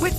With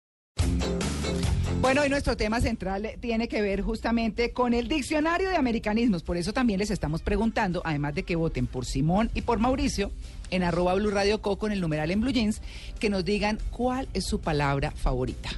Bueno, hoy nuestro tema central eh, tiene que ver justamente con el diccionario de americanismos. Por eso también les estamos preguntando, además de que voten por Simón y por Mauricio, en arroba Blue Radio Co con el numeral en Blue Jeans, que nos digan cuál es su palabra favorita.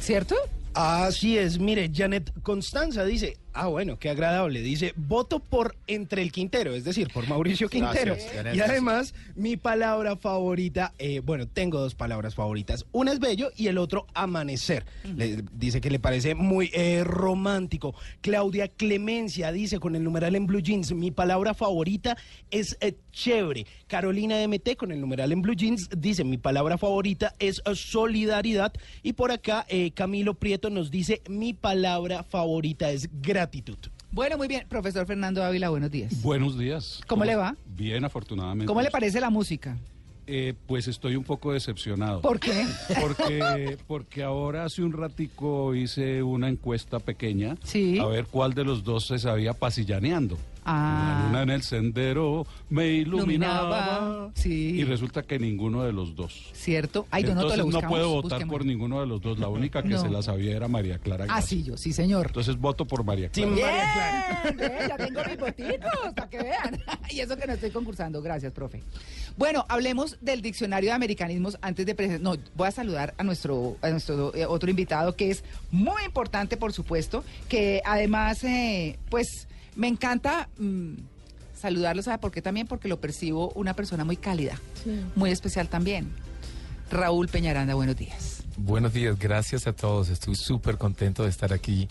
¿Cierto? Así es, mire, Janet Constanza dice, ah bueno, qué agradable, dice, voto por entre el Quintero, es decir, por Mauricio Quintero. Gracias, Janet, y gracias. además, mi palabra favorita, eh, bueno, tengo dos palabras favoritas, una es bello y el otro amanecer. Le- dice que le parece muy eh, romántico. Claudia Clemencia dice con el numeral en blue jeans, mi palabra favorita es eh, chévere. Carolina MT con el numeral en blue jeans dice, mi palabra favorita es eh, solidaridad. Y por acá eh, Camilo Prieto nos dice, mi palabra favorita es gratitud. Bueno, muy bien. Profesor Fernando Ávila, buenos días. Buenos días. ¿Cómo le va? Bien, afortunadamente. ¿Cómo le parece la música? Eh, pues estoy un poco decepcionado. ¿Por qué? Porque, porque ahora hace un ratico hice una encuesta pequeña Sí. a ver cuál de los dos se sabía pasillaneando. Ah. La luna en el sendero me iluminaba. Iluminaba, sí. Y resulta que ninguno de los dos. ¿Cierto? Ay, yo no Entonces lo no buscamos. puedo votar busquemos. por ninguno de los dos. La única que No. se la sabía era María Clara. Ah, Gracia. sí, yo, sí, señor. Entonces voto por María Clara. Sin Bien, María Clara. bien, ya tengo mis botitos, para que vean. Y eso que no estoy concursando, gracias, profe. Bueno, hablemos del diccionario de americanismos antes de presen- No, voy a saludar a nuestro, a nuestro eh, otro invitado que es muy importante, por supuesto, que además, eh, pues, me encanta mm, saludarlo, ¿sabe por qué también? Porque lo percibo una persona muy cálida, muy especial también. Raúl Peñaranda, buenos días. Buenos días, gracias a todos. Estoy súper contento de estar aquí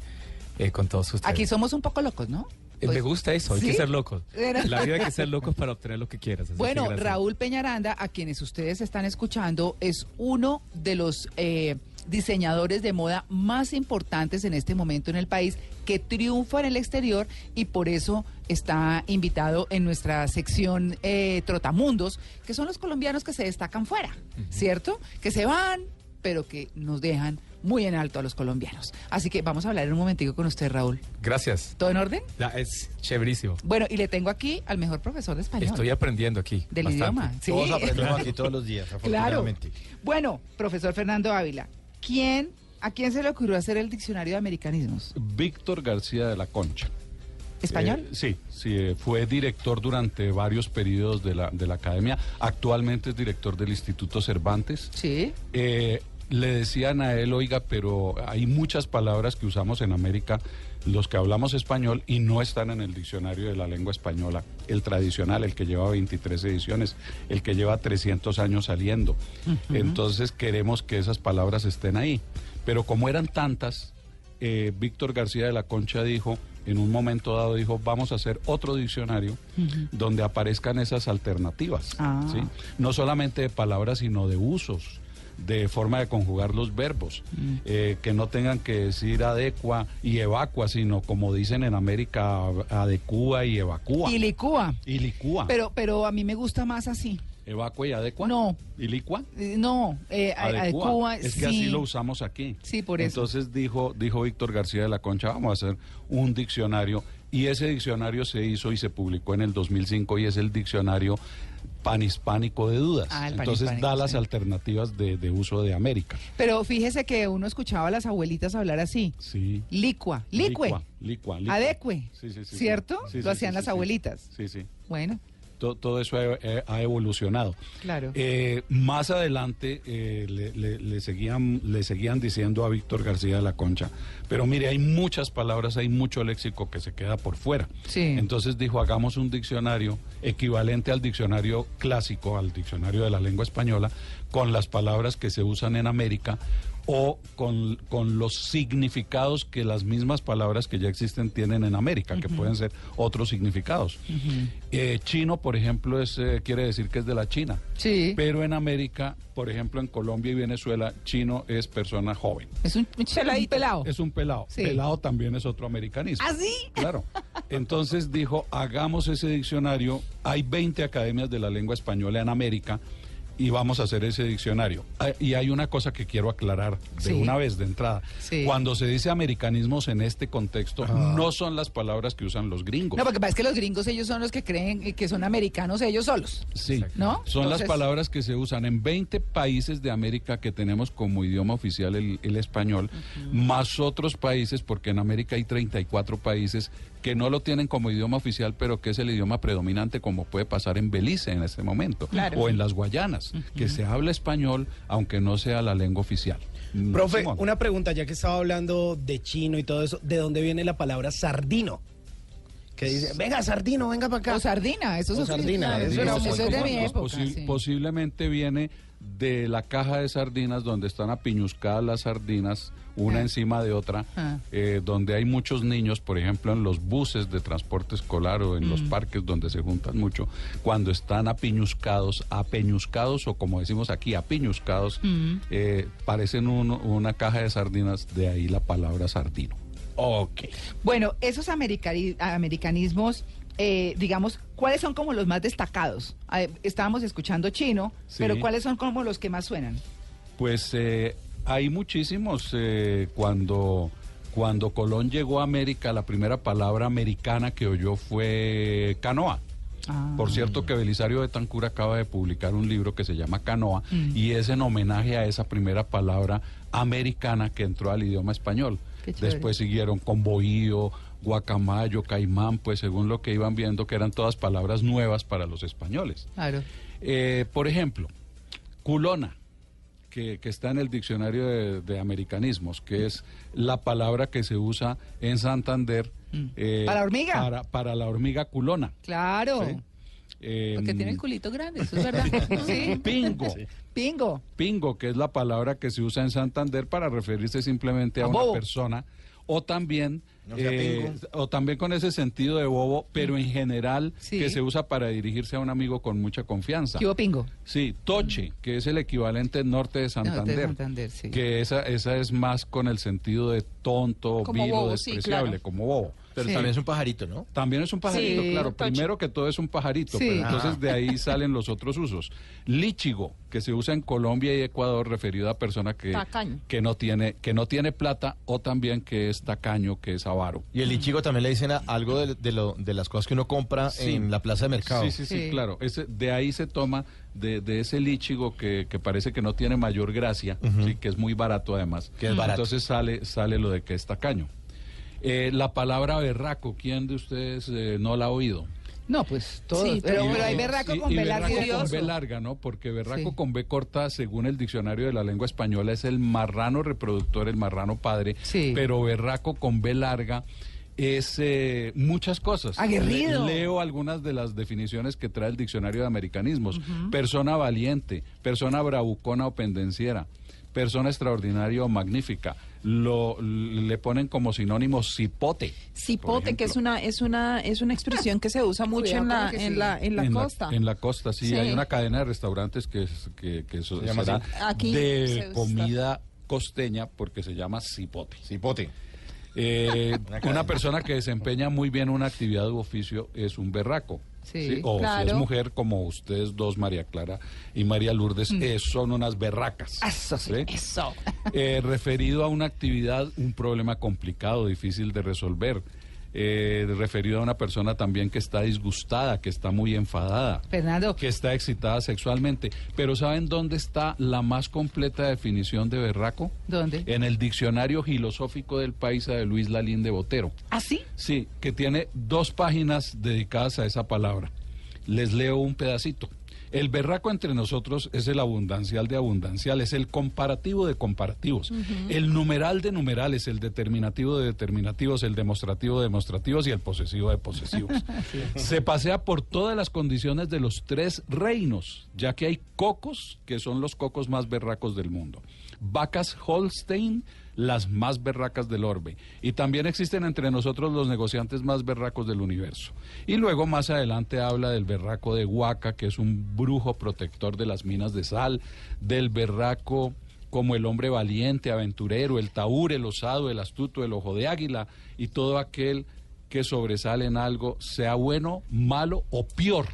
eh, con todos ustedes. Aquí somos un poco locos, ¿no? Eh, me gusta eso, hay ¿Sí? que ser locos. Pero- La vida hay que ser locos para obtener lo que quieras. así que Bueno, gracias. Raúl Peñaranda, a quienes ustedes están escuchando, es uno de los eh, diseñadores de moda más importantes en este momento en el país, que triunfa en el exterior y por eso está invitado en nuestra sección eh, Trotamundos, que son los colombianos que se destacan fuera, ¿cierto? Que se van, pero que nos dejan muy en alto a los colombianos. Así que vamos a hablar en un momentico con usted, Raúl. Gracias. ¿Todo en orden? La- es chéverísimo. Bueno, y le tengo aquí al mejor profesor de español. Estoy aprendiendo aquí. Del bastante. idioma. Sí. Todos aprendemos aquí todos los días, Claro. afortunadamente. Bueno, profesor Fernando Ávila, ¿quién, ¿a quién se le ocurrió hacer el diccionario de americanismos? Víctor García de la Concha. ¿Español? Eh, sí, sí, eh, fue director durante varios periodos de la, de la academia. Actualmente es director del Instituto Cervantes. sí. Eh, le decían a él, oiga, pero hay muchas palabras que usamos en América, los que hablamos español y no están en el diccionario de la lengua española, el tradicional, el que lleva 23 ediciones, el que lleva 300 años saliendo. Entonces queremos que esas palabras estén ahí. Pero como eran tantas, eh, Víctor García de la Concha dijo, en un momento dado dijo, vamos a hacer otro diccionario donde aparezcan esas alternativas. Ah. ¿sí? No solamente de palabras, sino de usos, de forma de conjugar los verbos, Mm. eh, que no tengan que decir adecua y evacua, sino como dicen en América, adecua y evacúa. Y licúa. Y licúa. Pero, pero a mí me gusta más así. ¿Evacua y adecua? No. ¿Y licua? Eh, No, eh, a- Adecua. adecua, Es sí. que así lo usamos aquí. Sí, por eso. Entonces dijo, dijo Víctor García de la Concha, vamos a hacer un diccionario. Y ese diccionario se hizo y se publicó en el 2005 y es el diccionario panhispánico de dudas. Ah, el Entonces panhispánico, da las sí. alternativas de, de uso de América. Pero fíjese que uno escuchaba a las abuelitas hablar así. Sí. Licua, licue, Licua, licua, licua. adecue. Sí, sí, sí, sí. ¿Cierto? Sí, sí, lo hacían sí, las sí, sí. abuelitas. Sí, sí. Bueno, To- todo eso ha, eh, ha evolucionado. Claro. Eh, más adelante eh, le, le- le seguían, le seguían diciendo a Víctor García de la Concha, pero mire, hay muchas palabras, hay mucho léxico que se queda por fuera. Sí. Entonces dijo, hagamos un diccionario equivalente al diccionario clásico, al diccionario de la lengua española, con las palabras que se usan en América o con, con los significados que las mismas palabras que ya existen tienen en América, que pueden ser otros significados. Eh, chino, por ejemplo, es, eh, quiere decir que es de la China. Sí. Pero en América, por ejemplo, en Colombia y Venezuela, chino es persona joven. Es un, un pelado. Es un pelado. Sí. Pelado también es otro americanismo. ¿Ah, sí? Claro. Entonces dijo, hagamos ese diccionario. Hay 20 academias de la lengua española en América y vamos a hacer ese diccionario. Ah, Y hay una cosa que quiero aclarar de Sí. una vez de entrada. Sí. Cuando se dice americanismos en este contexto, no son las palabras que usan los gringos. No, porque parece que los gringos ellos son los que creen eh, que son americanos ellos solos. Sí, ¿No? son Entonces- las palabras que se usan en 20 países de América que tenemos como idioma oficial el, el español, más otros países, porque en América hay 34 países que no lo tienen como idioma oficial, pero que es el idioma predominante, como puede pasar en Belice en este momento, o en las Guayanas, que se habla español aunque no sea la lengua oficial. Mm, Profe, Simón. una pregunta, ya que estaba hablando de chino y todo eso, ¿de dónde viene la palabra sardino? Que dice, venga, sardino, venga para acá. O sardina, eso O es sardina, claro, eso, Digo, era- sardina, eso es de mi pues, época. posi- sí. Posiblemente viene de la caja de sardinas donde están apiñuscadas las sardinas una Ah. encima de otra, Ah. eh, donde hay muchos niños, por ejemplo, en los buses de transporte escolar o en los Mm. parques donde se juntan mucho, cuando están apiñuscados, apeñuscados o como decimos aquí, apiñuscados, Mm. eh, parecen un- una caja de sardinas, de ahí la palabra sardino. Ok. Bueno, esos americani- americanismos, eh, digamos, ¿cuáles son como los más destacados? Ah, eh, estábamos escuchando chino, Sí. pero ¿cuáles son como los que más suenan? Pues eh, hay muchísimos. eh, cuando, cuando Colón llegó a América, la primera palabra americana que oyó fue canoa. Ah. Mm. Por cierto que Belisario Betancur acaba de publicar un libro que se llama Canoa Mm. y es en homenaje a esa primera palabra americana que entró al idioma español. Qué chévere. Después siguieron convoío, guacamayo, caimán, pues según lo que iban viendo que eran todas palabras nuevas para los españoles. Claro. Eh, por ejemplo, culona, que, que está en el diccionario de, de americanismos, que es la palabra que se usa en Santander. eh, Mm. ¿Para hormiga? Para, para la hormiga culona. Claro. ¿sí? Eh, Porque tiene el culito grande, eso es verdad. sí. Pingo. Pingo. Pingo, que es la palabra que se usa en Santander para referirse simplemente a, A una bobo. persona, o también, eh, o también con ese sentido de bobo, pero en general Mm. Sí. que se usa para dirigirse a un amigo con mucha confianza. ¿Qué hubo pingo? Sí, Toche, que es el equivalente norte de Santander. Santander, sí. Que esa, esa es más con el sentido de tonto, Como vilo, bobo, sí, despreciable, claro. como bobo. Pero Sí. también es un pajarito, ¿no? También es un pajarito, Sí, Ah. claro. Toche. Primero que todo es un pajarito, Sí. pero entonces de ahí salen los otros usos. Lichigo, que se usa en Colombia y Ecuador referido a persona que, Tacaño. que, no, tiene, que no tiene plata o también que es tacaño, que es avaro. Y Mm. el ichigo también le dicen a- algo de, de lo- de las cosas que uno compra Sí. en la plaza de mercado. Sí, sí, sí, Sí. claro. Ese, de ahí se toma, de, de ese lichigo que, que parece que no tiene mayor gracia, ¿sí? que es muy barato además. Que es barato. Entonces sale, sale lo de que es tacaño. Eh, la palabra berraco, ¿quién de ustedes eh, no la ha oído? No, pues todo. Sí, pero, todo. pero hay Y- berraco y- con y B larga y berraco de con coso. B larga, ¿no? Porque berraco Sí. con B corta, según el diccionario de la lengua española, es el marrano reproductor, el marrano padre. Sí. Pero berraco con B larga es eh, muchas cosas. Aguerrido. Le- leo algunas de las definiciones que trae el diccionario de americanismos. Persona valiente, persona bravucona o pendenciera, persona extraordinaria o magnífica. Lo, le ponen como sinónimo cipote. por Cipote, ejemplo. que es una, es una, es una expresión que se usa mucho Cuidado en la, con lo que en sigue. la, en la costa. en la costa, sí, Sí. Hay una cadena de restaurantes que, es- que, que eso Se llama será así. Aquí se de usa. comida costeña porque se llama cipote. Cipote. Eh, cadena. una persona que desempeña muy bien una actividad u oficio es un berraco. Sí, O si claro. es mujer, como ustedes dos, María Clara y María Lourdes, eh, son unas berracas. Eso sí, Mm. Eso. Eh, referido a una actividad, un problema complicado, difícil de resolver. Eh, referido a una persona también que está disgustada, que está muy enfadada Fernando, que está excitada sexualmente. Pero ¿saben dónde está la más completa definición de berraco? ¿Dónde? En el diccionario filosófico del paisa de Luis Lalín de Botero. ¿así? Sí, que tiene dos páginas dedicadas a esa palabra. Les leo un pedacito. El berraco entre nosotros es el abundancial de abundancial, es el comparativo de comparativos, Ujú. el numeral de numerales, el determinativo de determinativos, el demostrativo de demostrativos y el posesivo de posesivos. Se pasea por todas las condiciones de los tres reinos, ya que hay cocos, que son los cocos más berracos del mundo. Vacas Holstein, las más berracas del orbe. Y también existen entre nosotros los negociantes más berracos del universo. Y luego más adelante habla del berraco de Huaca, que es un brujo protector de las minas de sal, del berraco como el hombre valiente, aventurero, el taur, el osado, el astuto, el ojo de águila y todo aquel que sobresale en algo, sea bueno, malo o peor.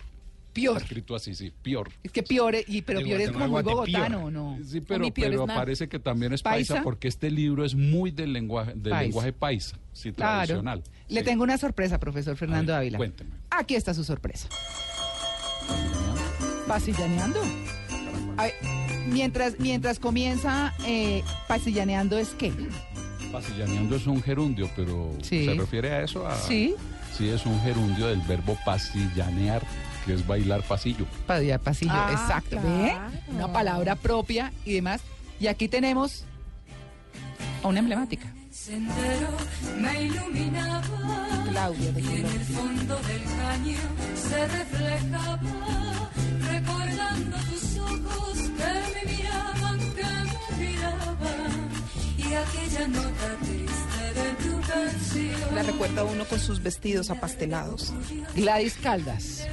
Pior. Escrito así, sí, peor. Es que Piore, y, pero De Piore es como muy Guatemala, Guatepior. bogotano, ¿no? Sí, pero, pero parece que también es ¿Paisa? paisa, porque este libro es muy del lenguaje, del Paisa. lenguaje paisa, sí, Claro. tradicional. Le tengo una sorpresa, profesor Fernando Ávila. Cuénteme. Aquí está su sorpresa. Pasillaneando. Ay, mientras, mientras comienza eh, pasillaneando es qué. Ah. Pasillaneando es un gerundio, pero Sí. ¿se refiere a eso? A- Sí. Sí, es un gerundio del verbo pasillanear, que es bailar pasillo. Padilla, pasillo, Ah, exacto. ¿Ve? Una palabra propia y demás. Y aquí tenemos a una emblemática. Sendero me iluminaba Claudia de y en el fondo del caño se reflejaba recordando tus ojos que me miraban, que me miraban y aquella nota triste de tu canción La recuerda uno con sus vestidos apastelados. Gladys Caldas.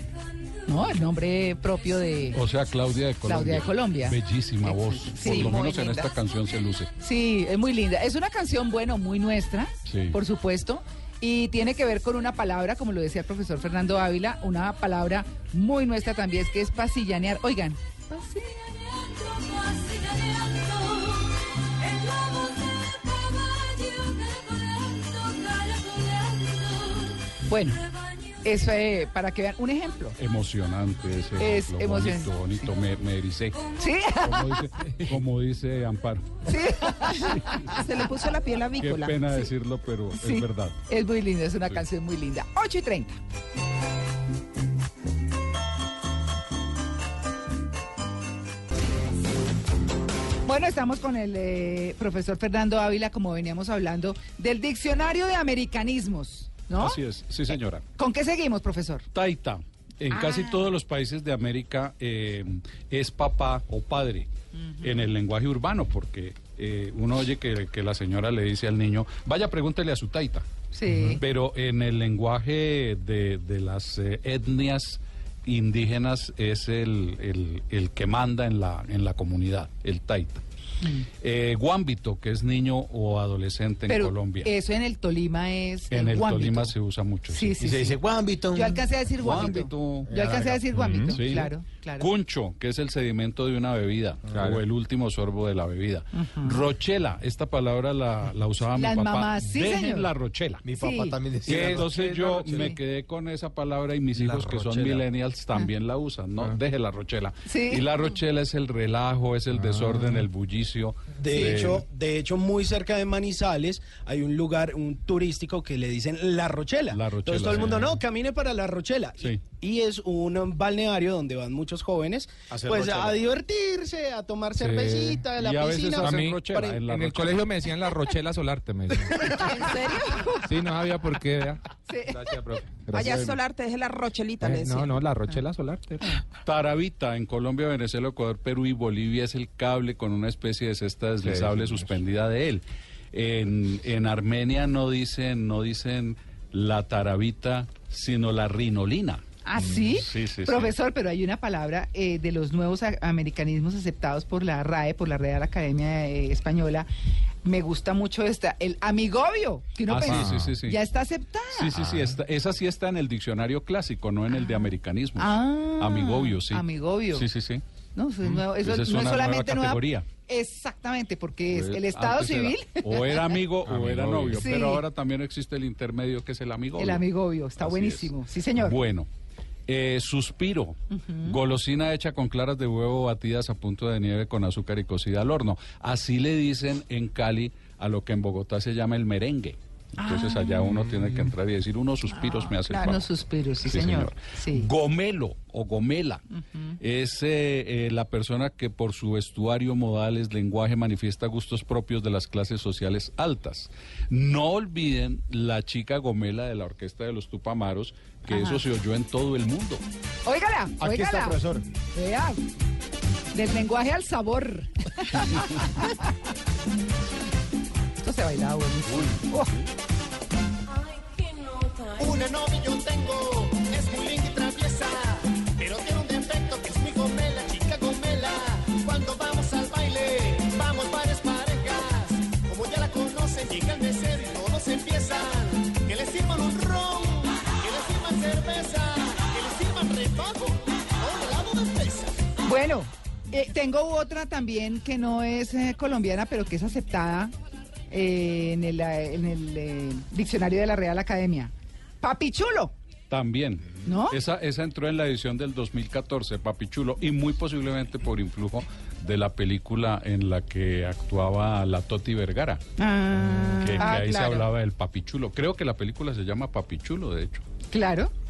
No, el nombre propio de. O sea, Claudia de Colombia. Claudia de Colombia. Bellísima voz. Sí, Por lo muy menos en linda. esta canción se luce. Sí, es muy linda. Es una canción, bueno, muy nuestra, Sí. por supuesto. Y tiene que ver con una palabra, como lo decía el profesor Fernando Ávila, una palabra muy nuestra también, es que es pasillanear. Oigan, el lobo del caballo caracoleando, caracoleando bueno, eso eh, para que vean un ejemplo. Emocionante ese. Es ejemplo, emocionante, Bonito, bonito. Me, me ericé. Sí. Como dice, como dice Amparo. Se le puso la piel Qué avícola. pena decirlo, pero Sí. es verdad. Es muy linda, es una canción muy linda. 8 y 30. Bueno, estamos con el eh, profesor Fernando Ávila, como veníamos hablando, del diccionario de americanismos, ¿no? Así es, sí señora. ¿Con qué seguimos, profesor? Taita. En Ah. casi todos los países de América eh, es papá o padre en el lenguaje urbano, porque eh, uno oye que, que la señora le dice al niño, vaya pregúntele a su taita. Sí. Pero en el lenguaje de, de las eh, etnias indígenas es el, el- el que manda en la, en la comunidad, el taita. Mm. Eh, guámbito, que es niño o adolescente en Pero Colombia. eso en el Tolima es en el guámbito. Tolima se usa mucho. Sí, sí, sí. guámbito. Yo alcancé a decir guámbito. Yo alcancé a decir guámbito, Sí. claro, claro. Cuncho, que es el sedimento de una bebida o el último sorbo de la bebida. Rochela, esta palabra la, la usaba Las mi papá. mamás, sí, Dejen señor. la rochela. Mi papá Sí. también decía Que la entonces rochela, yo rochela. me quedé con esa palabra y mis hijos que son rochela. Ah. millennials también la usan. No, deje la rochela. Sí. Y la rochela es el relajo, es el desorden, el bullicio. De del- hecho, de hecho, muy cerca de Manizales hay un lugar, un turístico que le dicen La Rochela. Entonces todo el sí. mundo, no, camine para La Rochela. Sí. Y es un balneario donde van muchos jóvenes hacer pues rochela. a divertirse, a tomar Sí. cervecita, de la Y a veces piscina. hacen A mí, rochela, en, en la el rochela. colegio me decían la Rochela Solarte, me decían. Sí, no sabía por qué, vea. Gracias, profe. Allá Gracias. es Solarte, deje la rochelita, le Eh, decía. no, no, la Rochela Solarte. Taravita en Colombia, Venezuela, Ecuador, Perú y Bolivia es el cable con una especie de cesta deslizable suspendida de él. En, en Armenia no dicen, no dicen la taravita, sino la rinolina. ¿Ah, sí? Mm, Sí, sí, sí. Profesor, pero hay una palabra eh, de los nuevos a- americanismos aceptados por la RAE, por la Real Academia eh, Española. Me gusta mucho esta, el amigobio, que uno Ah, sí, pensó, sí, sí, sí. ya está aceptada. Sí, sí, Ah. sí, está- esa sí está en el diccionario clásico, no en el de americanismo. Ah, amigobio, sí. amigobio. Sí, sí, sí. No, eso es nuevo, eso Esa Mm-hmm. Pues es no es una solamente nueva nueva- categoría. Exactamente, porque es Pues, el Estado antes era- civil. o era amigo o era Amigobio. novio, Sí. pero ahora también existe el intermedio que es el amigobio. El amigobio, está buenísimo. Sí, señor. Bueno, eh, suspiro, golosina hecha con claras de huevo batidas a punto de nieve con azúcar y cocida al horno. Así le dicen en Cali a lo que en Bogotá se llama el merengue. Ah. Entonces allá uno tiene que entrar y decir unos suspiros me hacen claro, unos suspiros, sí, señor. Sí. Gomelo o gomela es eh, eh, la persona que por su vestuario, modales, lenguaje manifiesta gustos propios de las clases sociales altas. No olviden la chica gomela de la orquesta de los Tupamaros, que Ajá. eso se oyó en todo el mundo. Óigala, está, óigala. profesor. Vea. Del lenguaje al sabor. Esto se bailaba buenísimo. Oh. Una novia yo tengo, es muy linda y traviesa, pero tiene un defecto que es muy gomela, chica gomela. Cuando vamos al baile, vamos varias parejas, como ya la conocen, llegan de cero y todos empiezan. Que les sirvan un ron, que les sirvan cerveza, que les sirvan refajo, o un helado de fresa. Bueno, eh, tengo otra también que no es eh, colombiana, pero que es aceptada eh, en el, eh, en el, eh, diccionario de la Real Academia. Papichulo. También. ¿No? Esa, esa entró en la edición del 2014, Papi Chulo, y muy posiblemente por influjo de la película en la que actuaba la Toti Vergara, que, que Ah, ahí se claro. hablaba del Papi Chulo. Creo que la película se llama Papi Chulo, de hecho. Claro.